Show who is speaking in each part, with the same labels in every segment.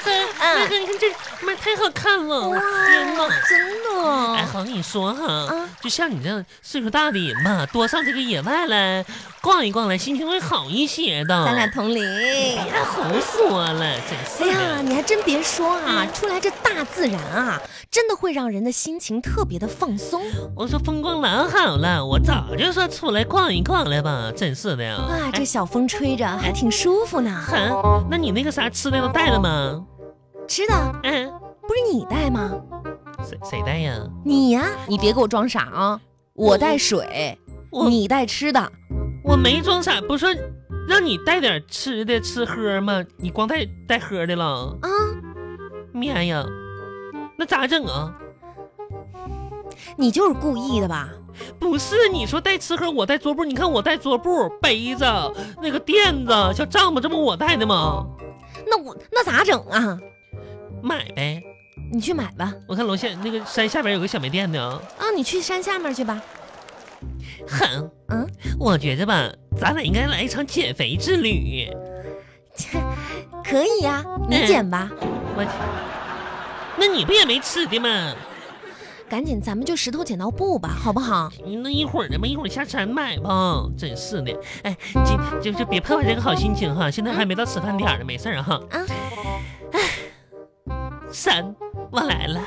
Speaker 1: 看看看这妈太好看了！
Speaker 2: 哇
Speaker 1: 天哪！，
Speaker 2: 真的哦
Speaker 1: 哎，，好，你说哈
Speaker 2: 啊，
Speaker 1: 就像你这样岁数大的人嘛，多上这个野外来逛一逛来，心情会好一些的。
Speaker 2: 咱俩同龄。
Speaker 1: 别胡说了，真
Speaker 2: 哎
Speaker 1: 是
Speaker 2: 呀，
Speaker 1: 的。
Speaker 2: 你还真别说
Speaker 1: 嗯
Speaker 2: 啊，出来这大自然啊，真的会让人的心情特别的放松。
Speaker 1: 我说风光蓝好了，我早就说出来逛一逛来吧，真是的呀。
Speaker 2: 啊，这小风吹着还挺舒服呢。
Speaker 1: 哎哼，那你那个啥吃的都带了吗？
Speaker 2: 吃的
Speaker 1: 嗯，
Speaker 2: 不是你带吗？
Speaker 1: 谁谁带呀？
Speaker 2: 你呀、你别给我装傻啊！我带水，
Speaker 1: 我
Speaker 2: 你带吃的。
Speaker 1: 我没装傻，不是说让你带点吃的吃喝吗？你光带带喝的了
Speaker 2: 啊！
Speaker 1: 妈呀，那咋整啊？
Speaker 2: 你就是故意的吧？
Speaker 1: 不是你说带吃喝，我带桌布，你看我带桌布、杯子、那个垫子、小帐篷，这不我带的吗？
Speaker 2: 那我那咋整啊？
Speaker 1: 买呗，
Speaker 2: 你去买吧。
Speaker 1: 我看楼下那个山下边有个小卖店呢。
Speaker 2: 啊，你去山下面去吧。
Speaker 1: 哼，
Speaker 2: 嗯，
Speaker 1: 我觉着吧，咱俩应该来一场减肥之旅。
Speaker 2: 可以呀、你
Speaker 1: 嗯
Speaker 2: 捡吧。
Speaker 1: 我去，那你不也没吃的吗？
Speaker 2: 赶紧，咱们就石头剪刀布吧，好不好？
Speaker 1: 你那一会儿呢嘛，一会儿下山买吧。真是的，哎，就就就别破坏这个好心情哈。现在还没到吃饭点儿呢，没事儿哈。
Speaker 2: 啊，
Speaker 1: 三，我来了，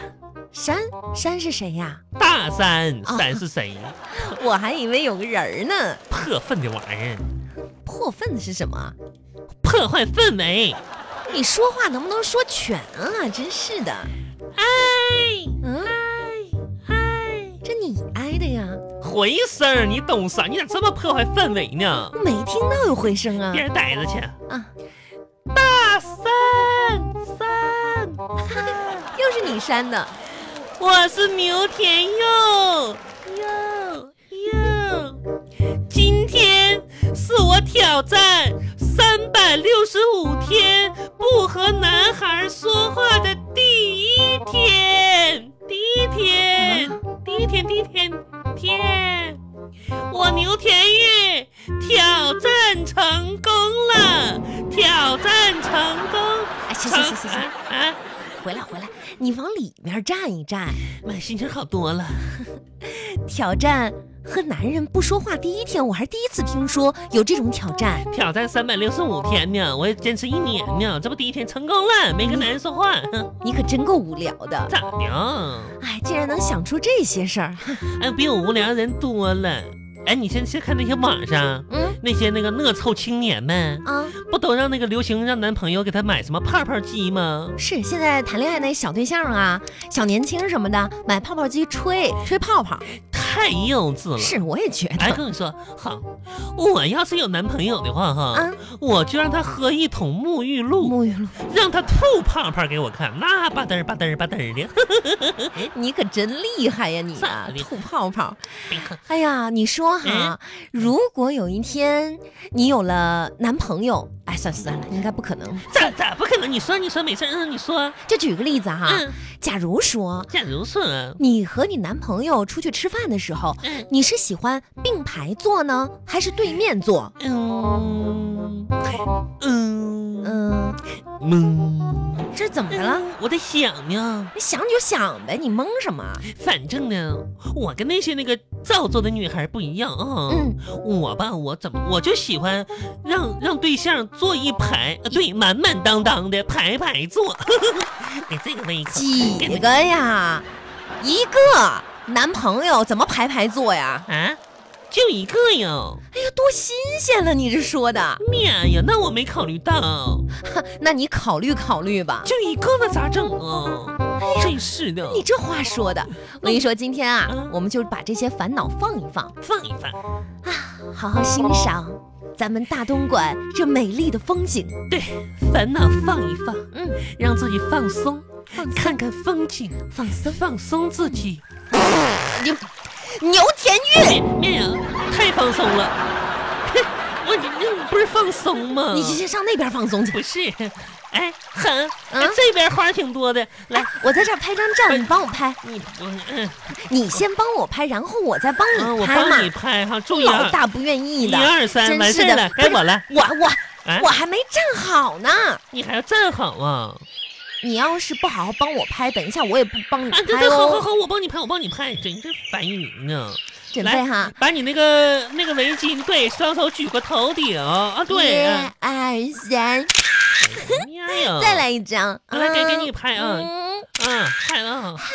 Speaker 2: 山山是谁呀、
Speaker 1: 大三，
Speaker 2: 啊
Speaker 1: 三是谁？
Speaker 2: 我还以为有个人儿呢。
Speaker 1: 破粪的玩意儿，
Speaker 2: 破粪的是什么？
Speaker 1: 破坏氛围。
Speaker 2: 你说话能不能说全啊？真是的。
Speaker 1: 哎
Speaker 2: 嗯，
Speaker 1: 哎，
Speaker 2: 这你挨的呀？
Speaker 1: 回声儿，你懂啥？你咋这么破坏氛围呢？
Speaker 2: 我没听到有回声啊
Speaker 1: 别。人逮着去。
Speaker 2: 啊，
Speaker 1: 大三三三，
Speaker 2: 又是你扇的。
Speaker 1: 我是牛田佑佑佑，今天是我挑战三百六十五天不和男孩说话的第一天，第一天，第一天，第一天，天，我牛田玉挑战成功了，挑战成功，
Speaker 2: 哎，行
Speaker 1: 成
Speaker 2: 行行行行，
Speaker 1: 啊啊！
Speaker 2: 回来回来，你往里面站一站，
Speaker 1: 妈，心情好多了。
Speaker 2: 挑战。和男人不说话，第一天我还是第一次听说有这种挑战。
Speaker 1: 挑战三百六十五天呢，我也坚持一年呢，这不第一天成功了，没跟男人说话，哼
Speaker 2: 你可真够无聊的，
Speaker 1: 咋的？啊
Speaker 2: 哎，竟然能想出这些事儿。
Speaker 1: 哎，比我无聊的人多了。哎，你现在看那些网上
Speaker 2: 嗯
Speaker 1: 那些那个恶臭青年们，
Speaker 2: 啊，
Speaker 1: 不都让那个流行让男朋友给他买什么泡泡机吗？
Speaker 2: 是现在谈恋爱那小对象啊，小年轻什么的，买泡泡机吹吹泡泡。
Speaker 1: 太幼稚了。
Speaker 2: 是，我也觉
Speaker 1: 哎，
Speaker 2: 得。
Speaker 1: 跟你说，好，我要是有男朋友的话，哈，
Speaker 2: 啊，
Speaker 1: 我就让他喝一桶沐浴露，
Speaker 2: 沐浴露，
Speaker 1: 让他吐泡泡给我看，那吧嘚儿吧嘚儿吧嘚儿的。
Speaker 2: 哎你可真厉害呀你啊
Speaker 1: 咋！的
Speaker 2: 吐泡泡。
Speaker 1: 哎呀
Speaker 2: 哎呀，你说哈，如果有一天你有了男朋友，哎，算了算了，应该不可能。
Speaker 1: 咋咋不可能？你说你说没事儿，嗯，你说，
Speaker 2: 就举个例子哈，
Speaker 1: 嗯，
Speaker 2: 假如说
Speaker 1: 假如说，
Speaker 2: 你和你男朋友出去吃饭的时候，
Speaker 1: 嗯
Speaker 2: 你是喜欢并排坐呢，还是对面坐？
Speaker 1: 嗯嗯
Speaker 2: 嗯，
Speaker 1: 嗯，
Speaker 2: 这怎么
Speaker 1: 咋
Speaker 2: 了？？
Speaker 1: 我在想呢，
Speaker 2: 你想就想呗，你懵什么？啊
Speaker 1: 反正呢，我跟那些那个造作的女孩不一样啊。
Speaker 2: 嗯，
Speaker 1: 我吧，我怎么我就喜欢让让对象坐一排，呃对，满满当当的排排坐。给这个胃口，
Speaker 2: 几个呀？一个男朋友怎么排排坐呀？
Speaker 1: 啊？就一个呀，
Speaker 2: 哎呀，多新鲜了！你这说的，
Speaker 1: 妈呀，那我没考虑到。
Speaker 2: 那你考虑考虑吧。
Speaker 1: 就一个那咋整啊？真是的，
Speaker 2: 你这话说的，我跟你说，今天啊
Speaker 1: 嗯，
Speaker 2: 我们就把这些烦恼放一放，
Speaker 1: 放一放，
Speaker 2: 好好欣赏咱们大东莞这美丽的风景。
Speaker 1: 烦恼放一放，
Speaker 2: 嗯，
Speaker 1: 让自己放松，
Speaker 2: 放松，
Speaker 1: 看看风景，
Speaker 2: 放松。
Speaker 1: 放松自己。
Speaker 2: 你牛田玉，
Speaker 1: 面面呀，太放松了。嘿我你那不是放松吗？
Speaker 2: 你先上那边放松去。
Speaker 1: 不是？哎，狠！哎
Speaker 2: 嗯，
Speaker 1: 这边花挺多的，来
Speaker 2: 来，，我在这儿拍张照，你帮我拍，
Speaker 1: 你我嗯，
Speaker 2: 你先帮我拍，然后我再帮
Speaker 1: 啊
Speaker 2: 你
Speaker 1: 我
Speaker 2: 拍嘛
Speaker 1: 帮。你拍哈，注意
Speaker 2: 老
Speaker 1: 啊，
Speaker 2: 大不愿意
Speaker 1: 一
Speaker 2: 的，
Speaker 1: 二三，
Speaker 2: 真
Speaker 1: 完
Speaker 2: 是
Speaker 1: 事
Speaker 2: 的
Speaker 1: 儿了，
Speaker 2: 不
Speaker 1: 该
Speaker 2: 是
Speaker 1: 我了。
Speaker 2: 我我
Speaker 1: 哎
Speaker 2: 我还没站好呢。
Speaker 1: 你还要站好啊？
Speaker 2: 你要是不好好帮我拍，等一下我也不帮你
Speaker 1: 啊，对
Speaker 2: 拍
Speaker 1: 对，好好
Speaker 2: 哦。
Speaker 1: 好，我帮你拍，我帮你拍，真是烦人呢。
Speaker 2: 准
Speaker 1: 来
Speaker 2: 备哈，
Speaker 1: 把你那个那个围巾，对，双手举过头顶啊，对，
Speaker 2: 一
Speaker 1: 啊
Speaker 2: 二三，
Speaker 1: 妈哎呀，
Speaker 2: 再，来一张。
Speaker 1: 嗯来给给
Speaker 2: 嗯哎
Speaker 1: 你拍啊，
Speaker 2: 嗯，
Speaker 1: 啊，拍了，
Speaker 2: 嗨，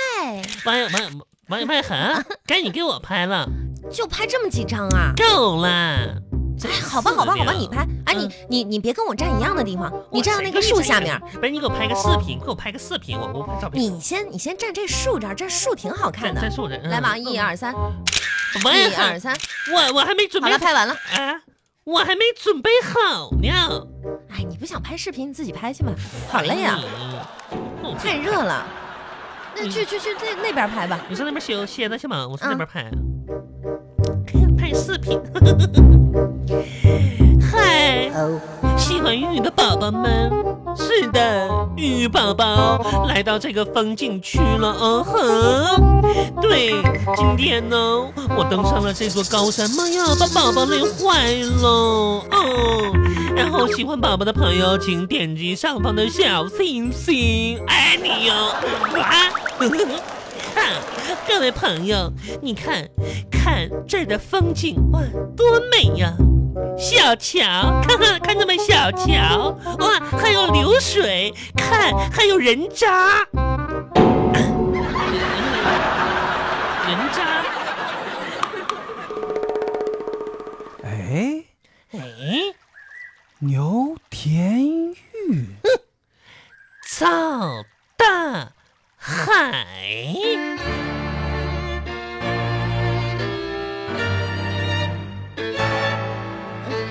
Speaker 1: 王友王友王友麦
Speaker 2: 啊
Speaker 1: 恒，赶紧给我拍了，
Speaker 2: 就拍这么几张啊？
Speaker 1: 够了，
Speaker 2: 哎
Speaker 1: 真，
Speaker 2: 好吧，
Speaker 1: 是
Speaker 2: 好吧，
Speaker 1: 的
Speaker 2: 好吧，
Speaker 1: 呀
Speaker 2: 你拍。啊，你
Speaker 1: 嗯
Speaker 2: 你你别跟我站一样的地方，你站到那个树下面。，
Speaker 1: 不是你给我拍个视频，给我拍个视频，我我拍照片。
Speaker 2: 你先你先站这树这儿，这树挺好看
Speaker 1: 在
Speaker 2: 的。
Speaker 1: 树嗯人
Speaker 2: 来吧，一二三，
Speaker 1: 王
Speaker 2: 一
Speaker 1: 友
Speaker 2: 二
Speaker 1: 恒，
Speaker 2: 三，
Speaker 1: 我我还没准
Speaker 2: 好
Speaker 1: 备
Speaker 2: 了，拍完了。
Speaker 1: 啊，我还没准备好呢，
Speaker 2: 哎，你不想拍视频，你自己拍去吧，好
Speaker 1: 哎
Speaker 2: 累啊呀、
Speaker 1: 嗯
Speaker 2: 太热了。那
Speaker 1: 嗯
Speaker 2: 去去去那那边拍吧。
Speaker 1: 你上那边歇歇着去吧，我上那
Speaker 2: 嗯
Speaker 1: 边拍，啊拍视频。嗨，喜欢鱼的宝宝们，是的，鱼宝宝来到这个风景区了。嗯哼，对，今天呢，我登上了这座高山，妈呀，把宝宝累坏了。嗯。然后喜欢宝宝的朋友，请点击上方的小星星，爱你哟、啊！ 啊，各位朋友，你看看这儿的风景，哇，多美呀！小桥，看看看他们小桥，哇，啊还有流水，看还有人渣，人渣，
Speaker 3: 哎，
Speaker 1: 哎，
Speaker 3: 牛田玉，
Speaker 1: 造嗯大海。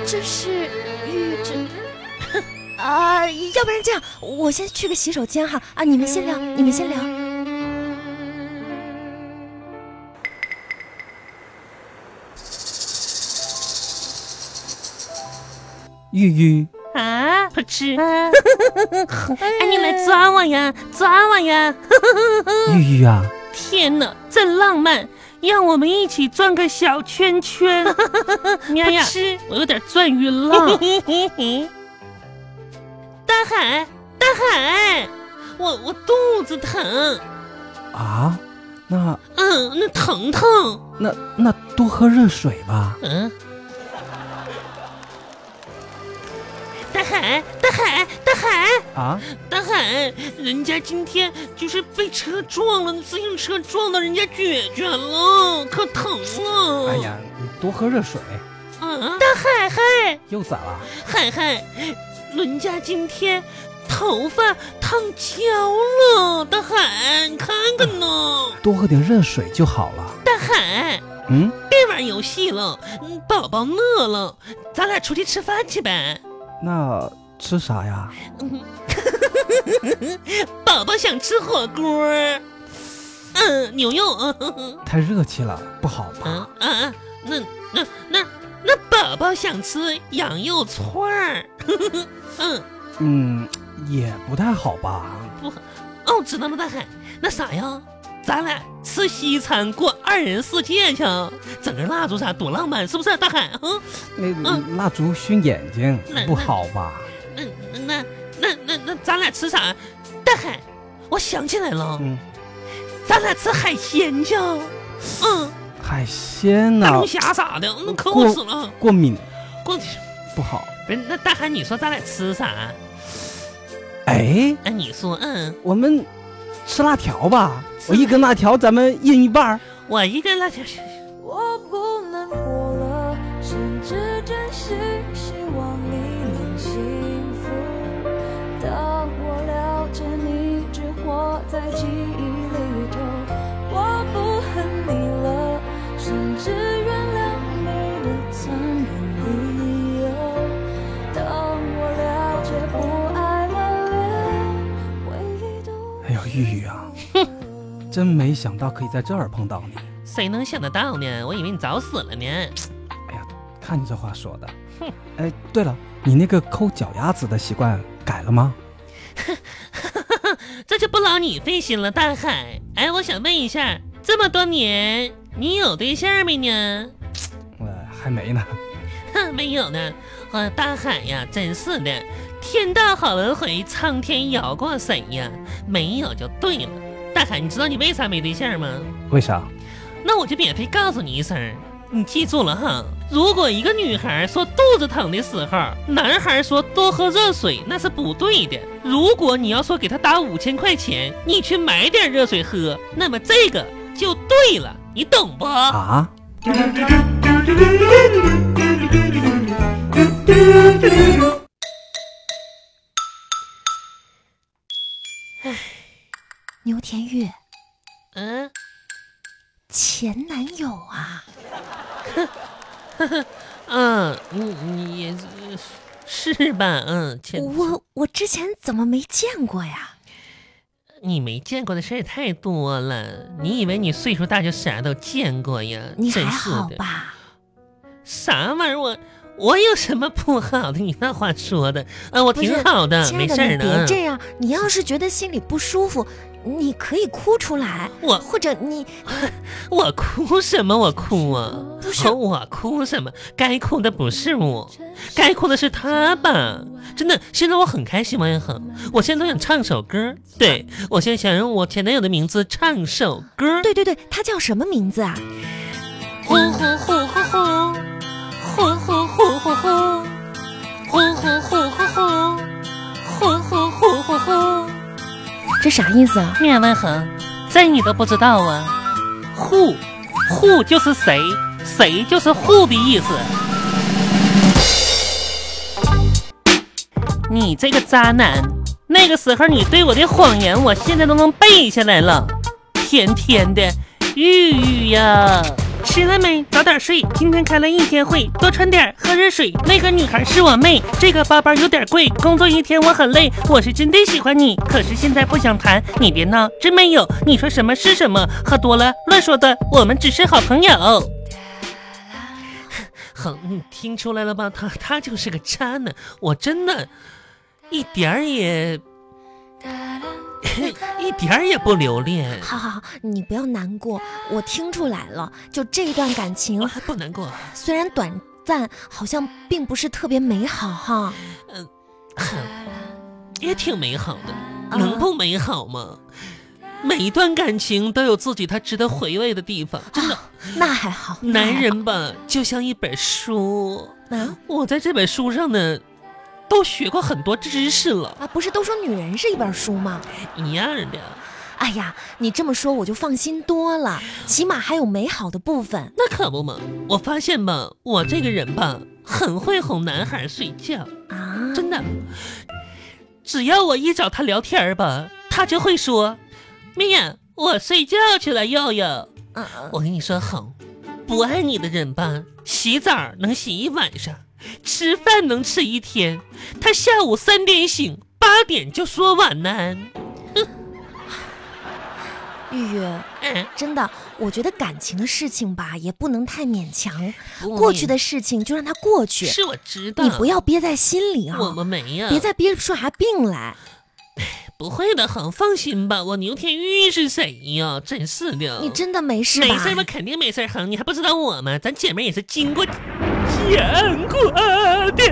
Speaker 2: 这是玉真。 啊，要不然这样，我先去个洗手间哈。啊，你们先聊，你们先聊。
Speaker 3: 玉玉，
Speaker 1: 啊，噗嗤！ 哎，你来抓我呀，抓我呀！
Speaker 3: 玉玉啊，
Speaker 1: 天哪，真浪漫！让我们一起转个小圈 圈。喵呀，我有点转晕了。 大海，大海，我我肚子疼，
Speaker 3: 啊，那
Speaker 1: 嗯，那疼疼，
Speaker 3: 那那多喝热水吧。
Speaker 1: 嗯。大海，大海，大海，
Speaker 3: 啊，
Speaker 1: 大海，人家今天就是被车撞了，自行车撞到人家决绝了，可疼了。
Speaker 3: 哎，呀，你多喝热水，
Speaker 1: 嗯，大海海
Speaker 3: 又咋了？
Speaker 1: 海海，人家今天头发烫焦了，大海，你看看呢。
Speaker 3: 多喝点热水就好了。
Speaker 1: 大海，
Speaker 3: 嗯，
Speaker 1: 别玩游戏了，嗯宝宝饿了，咱俩出去吃饭去呗。
Speaker 3: 那吃啥呀？
Speaker 1: 嗯，宝宝想吃火锅儿，嗯，牛肉，嗯。
Speaker 3: 太热气了，不好
Speaker 1: 啊
Speaker 3: 吧？
Speaker 1: 啊啊！那那那那宝宝想吃羊肉串儿，嗯，
Speaker 3: 嗯，也不太好吧？
Speaker 1: 哦，知道了，大海，那啥呀？咱俩吃西餐过二人世界去，整根蜡烛啥多浪漫，是不是、大海？嗯，
Speaker 3: 那
Speaker 1: 嗯
Speaker 3: 蜡烛熏眼睛
Speaker 1: 那
Speaker 3: 不好吧？
Speaker 1: 那嗯那那那那咱俩吃啥？大海，我想起来了，
Speaker 3: 嗯，
Speaker 1: 咱俩吃海鲜去，嗯，
Speaker 3: 海鲜
Speaker 1: 大
Speaker 3: 呢
Speaker 1: 龙？虾啥的，那可好
Speaker 3: 啊过
Speaker 1: 吃了。
Speaker 3: 过敏
Speaker 1: 过，
Speaker 3: 不好。
Speaker 1: 不是那大海，你说咱俩吃啥？
Speaker 3: 哎，
Speaker 1: 哎，你说，嗯，
Speaker 3: 我们吃辣条吧，
Speaker 1: 吃
Speaker 3: 我一根辣条咱们一人一半儿。
Speaker 1: 我一个辣条。
Speaker 4: 我不能活了，甚至真心希望你能幸福。当我了解你只活在记忆里头，我不恨你了，甚至原谅你的残忍理由。当我了解不爱了，连回忆都无
Speaker 3: 哎呦，玉玉 啊，真没想到可以在这儿碰到你。
Speaker 1: 谁能想得到呢？我以为你早死了呢。
Speaker 3: 哎呀，看你这话说的
Speaker 1: 哼。
Speaker 3: 哎，对了，你那个抠脚丫子的习惯改了吗？
Speaker 1: 这就不劳你费心了，大海。哎，我想问一下，这么多年你有对象没呢？
Speaker 3: 呃我还没呢。
Speaker 1: 哼，没有呢。啊，大海呀，真是的，天大好轮回，苍天饶过谁呀？没有就对了。大凯，你知道你为啥没对象吗？
Speaker 3: 为啥？
Speaker 1: 那我就免费告诉你一声儿，你记住了哈。如果一个女孩说肚子疼的时候，男孩说多喝热水，那是不对的。如果你要说给她打五千块钱，你去买点热水喝，那么这个就对了，你懂不？
Speaker 3: 啊？
Speaker 2: 牛田玉
Speaker 1: 嗯，
Speaker 2: 前男友啊，
Speaker 1: 嗯，你你也是是吧？嗯，前
Speaker 2: 我我之前怎么没见过呀？
Speaker 1: 你没见过的事儿太多了，你以为你岁数大就啥都见过呀？
Speaker 2: 你还
Speaker 1: 真是
Speaker 2: 好
Speaker 1: 的，
Speaker 2: 吧？
Speaker 1: 啥玩意儿？我我有什么不好的？你那话说的，啊，我
Speaker 2: 不是
Speaker 1: 挺好的，
Speaker 2: 亲爱
Speaker 1: 没
Speaker 2: 的，
Speaker 1: 事儿
Speaker 2: 你
Speaker 1: 的啊
Speaker 2: 别。这样，你要是觉得心里不舒服，你可以哭出来，
Speaker 1: 我
Speaker 2: 或者你
Speaker 1: 我哭什么？我哭啊！
Speaker 2: 不是
Speaker 1: 和我哭什么？该哭的不是我，该哭的是他吧？真的，现在我很开心，王彦恒，我现在都想唱首歌。对，我现在想用我前男友的名字唱首歌。
Speaker 2: 对对对，他叫什么名字啊？
Speaker 1: 呼呼呼呼呼，呼呼呼呼呼，呼呼呼呼呼，呼呼呼呼呼。
Speaker 2: 这啥意思啊？
Speaker 1: 念文恒，这你都不知道啊？Who Who 就是谁，谁就是 Who 的意思。你这个渣男，那个时候你对我的谎言，我现在都能背下来了，甜甜的玉玉呀。吃了没？早点睡。今天开了一天会，多穿点儿，喝热水。那个女孩是我妹，这个包包有点贵。工作一天我很累，我是真的喜欢你，可是现在不想谈。你别闹，真没有。你说什么是什么，喝多了乱说的。我们只是好朋友。哼，你听出来了吧？他他就是个渣男，我真的，一点儿也， 一点儿也不留恋，
Speaker 2: 好好好，你不要难
Speaker 1: 啊
Speaker 2: 过，我听出来了，就这段感情
Speaker 1: 我还不难过。
Speaker 2: 虽然短暂，好像并不是特别美好 哈。
Speaker 1: 也挺美好
Speaker 2: 嗯
Speaker 1: 的，能不美好吗？每一段感情都有自己它值得回味的地方，真的。
Speaker 2: 那还好，啊那还
Speaker 1: 男人吧，就像一本书，
Speaker 2: 好啊
Speaker 1: 我在这本书上呢，都学过很多知识了，
Speaker 2: 啊，不是都说女人是一本书吗？
Speaker 1: 一样的。
Speaker 2: 哎呀，你这么说我就放心多了，起码还有美好的部分。
Speaker 1: 那可不嘛，我发现吧，我这个人吧，很会哄男孩睡觉，
Speaker 2: 啊，
Speaker 1: 真的。只要我一找他聊天儿吧，他就会说：“咪呀，我睡觉去了，悠悠。”
Speaker 2: 嗯嗯
Speaker 1: 我跟你说好，不爱你的人吧，洗澡能洗一晚上，吃饭能吃一天。他下午三点醒，八点就说晚安。
Speaker 2: 玉玉，
Speaker 1: 哎，
Speaker 2: 真的，我觉得感情的事情吧，也不能太勉强，
Speaker 1: 不
Speaker 2: 过去的事情就让它过去，
Speaker 1: 是我知道，
Speaker 2: 你不要憋在心里啊，
Speaker 1: 我们没呀、
Speaker 2: 别再憋出啥病来。
Speaker 1: 不会的，很放心吧。我牛天玉是谁呀？真是的，
Speaker 2: 你真的没事吧？
Speaker 1: 没事吧？肯定没事，哼，你还不知道我吗？咱姐妹也是经过见过的，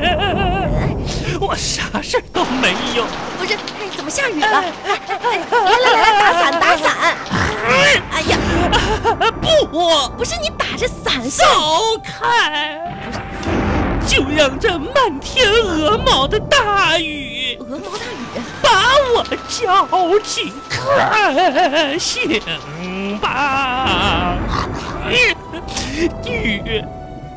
Speaker 1: 我啥事儿都没有。
Speaker 2: 不是，哎，怎么下雨了？来来来来来，打伞打伞！哎呀，
Speaker 1: 不。
Speaker 2: 不是你打着伞下
Speaker 1: 走开！就让这漫天鹅毛的大雨
Speaker 2: 鹅毛大雨，啊
Speaker 1: 把我浇起渴醒吧！雨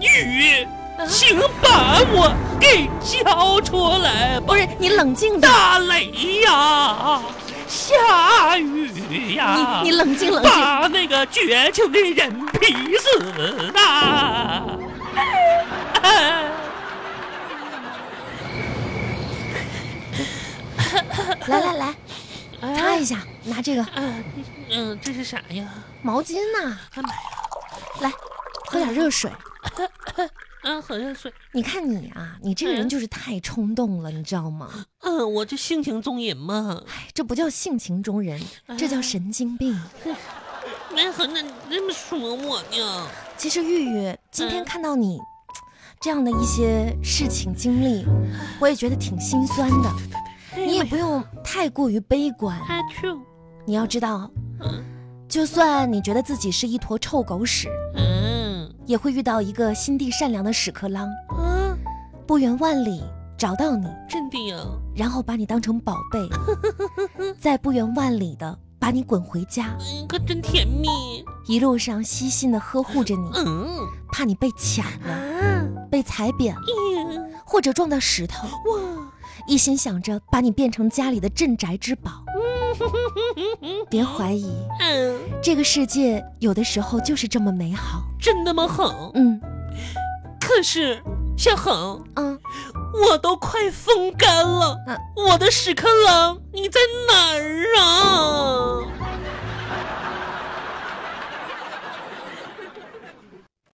Speaker 1: 雨，请把我给浇出来吧！
Speaker 2: 不是你冷静点，
Speaker 1: 大雷呀，下雨呀！
Speaker 2: 你你冷静冷静。
Speaker 1: 把那个绝情的人劈死呐！
Speaker 2: 来来来，擦一下，拿这个
Speaker 1: 嗯嗯，这是啥呀？
Speaker 2: 毛巾呐、
Speaker 1: 哎妈呀！
Speaker 2: 来，喝点热水。
Speaker 1: 嗯，好像是。
Speaker 2: 你看你啊，你这个人
Speaker 1: 嗯
Speaker 2: 就是太冲动了，你知道吗？
Speaker 1: 嗯，我这性情中人嘛。
Speaker 2: 哎，这不叫性情中人，这
Speaker 1: 哎
Speaker 2: 叫神经病。
Speaker 1: 没和那你这么说我呢？
Speaker 2: 其实玉玉今天
Speaker 1: 嗯
Speaker 2: 看到你，这样的一些事情经历，我也觉得挺心酸的。你也不用太过于悲观，
Speaker 1: 阿秋，
Speaker 2: 你要知道，
Speaker 1: 嗯
Speaker 2: 就算你觉得自己是一坨臭狗屎，
Speaker 1: 嗯
Speaker 2: 也会遇到一个心地善良的屎壳郎，
Speaker 1: 啊，
Speaker 2: 不远万里找到你，
Speaker 1: 镇定啊，
Speaker 2: 然后把你当成宝贝， 再不远万里的把你滚回家，
Speaker 1: 嗯，可真甜蜜，
Speaker 2: 一路上悉心的呵护着你，
Speaker 1: 嗯
Speaker 2: 怕你被抢了、
Speaker 1: 啊，
Speaker 2: 被踩扁了
Speaker 1: 咦
Speaker 2: 或者撞到石头，
Speaker 1: 哇，
Speaker 2: 一心想着把你变成家里的镇宅之宝。别怀疑，
Speaker 1: 嗯，
Speaker 2: 这个世界有的时候就是这么美好。
Speaker 1: 真那么狠，
Speaker 2: 嗯
Speaker 1: 可是小恒，
Speaker 2: 嗯，
Speaker 1: 我都快风干了，
Speaker 2: 啊
Speaker 1: 我的屎壳郎你在哪儿啊？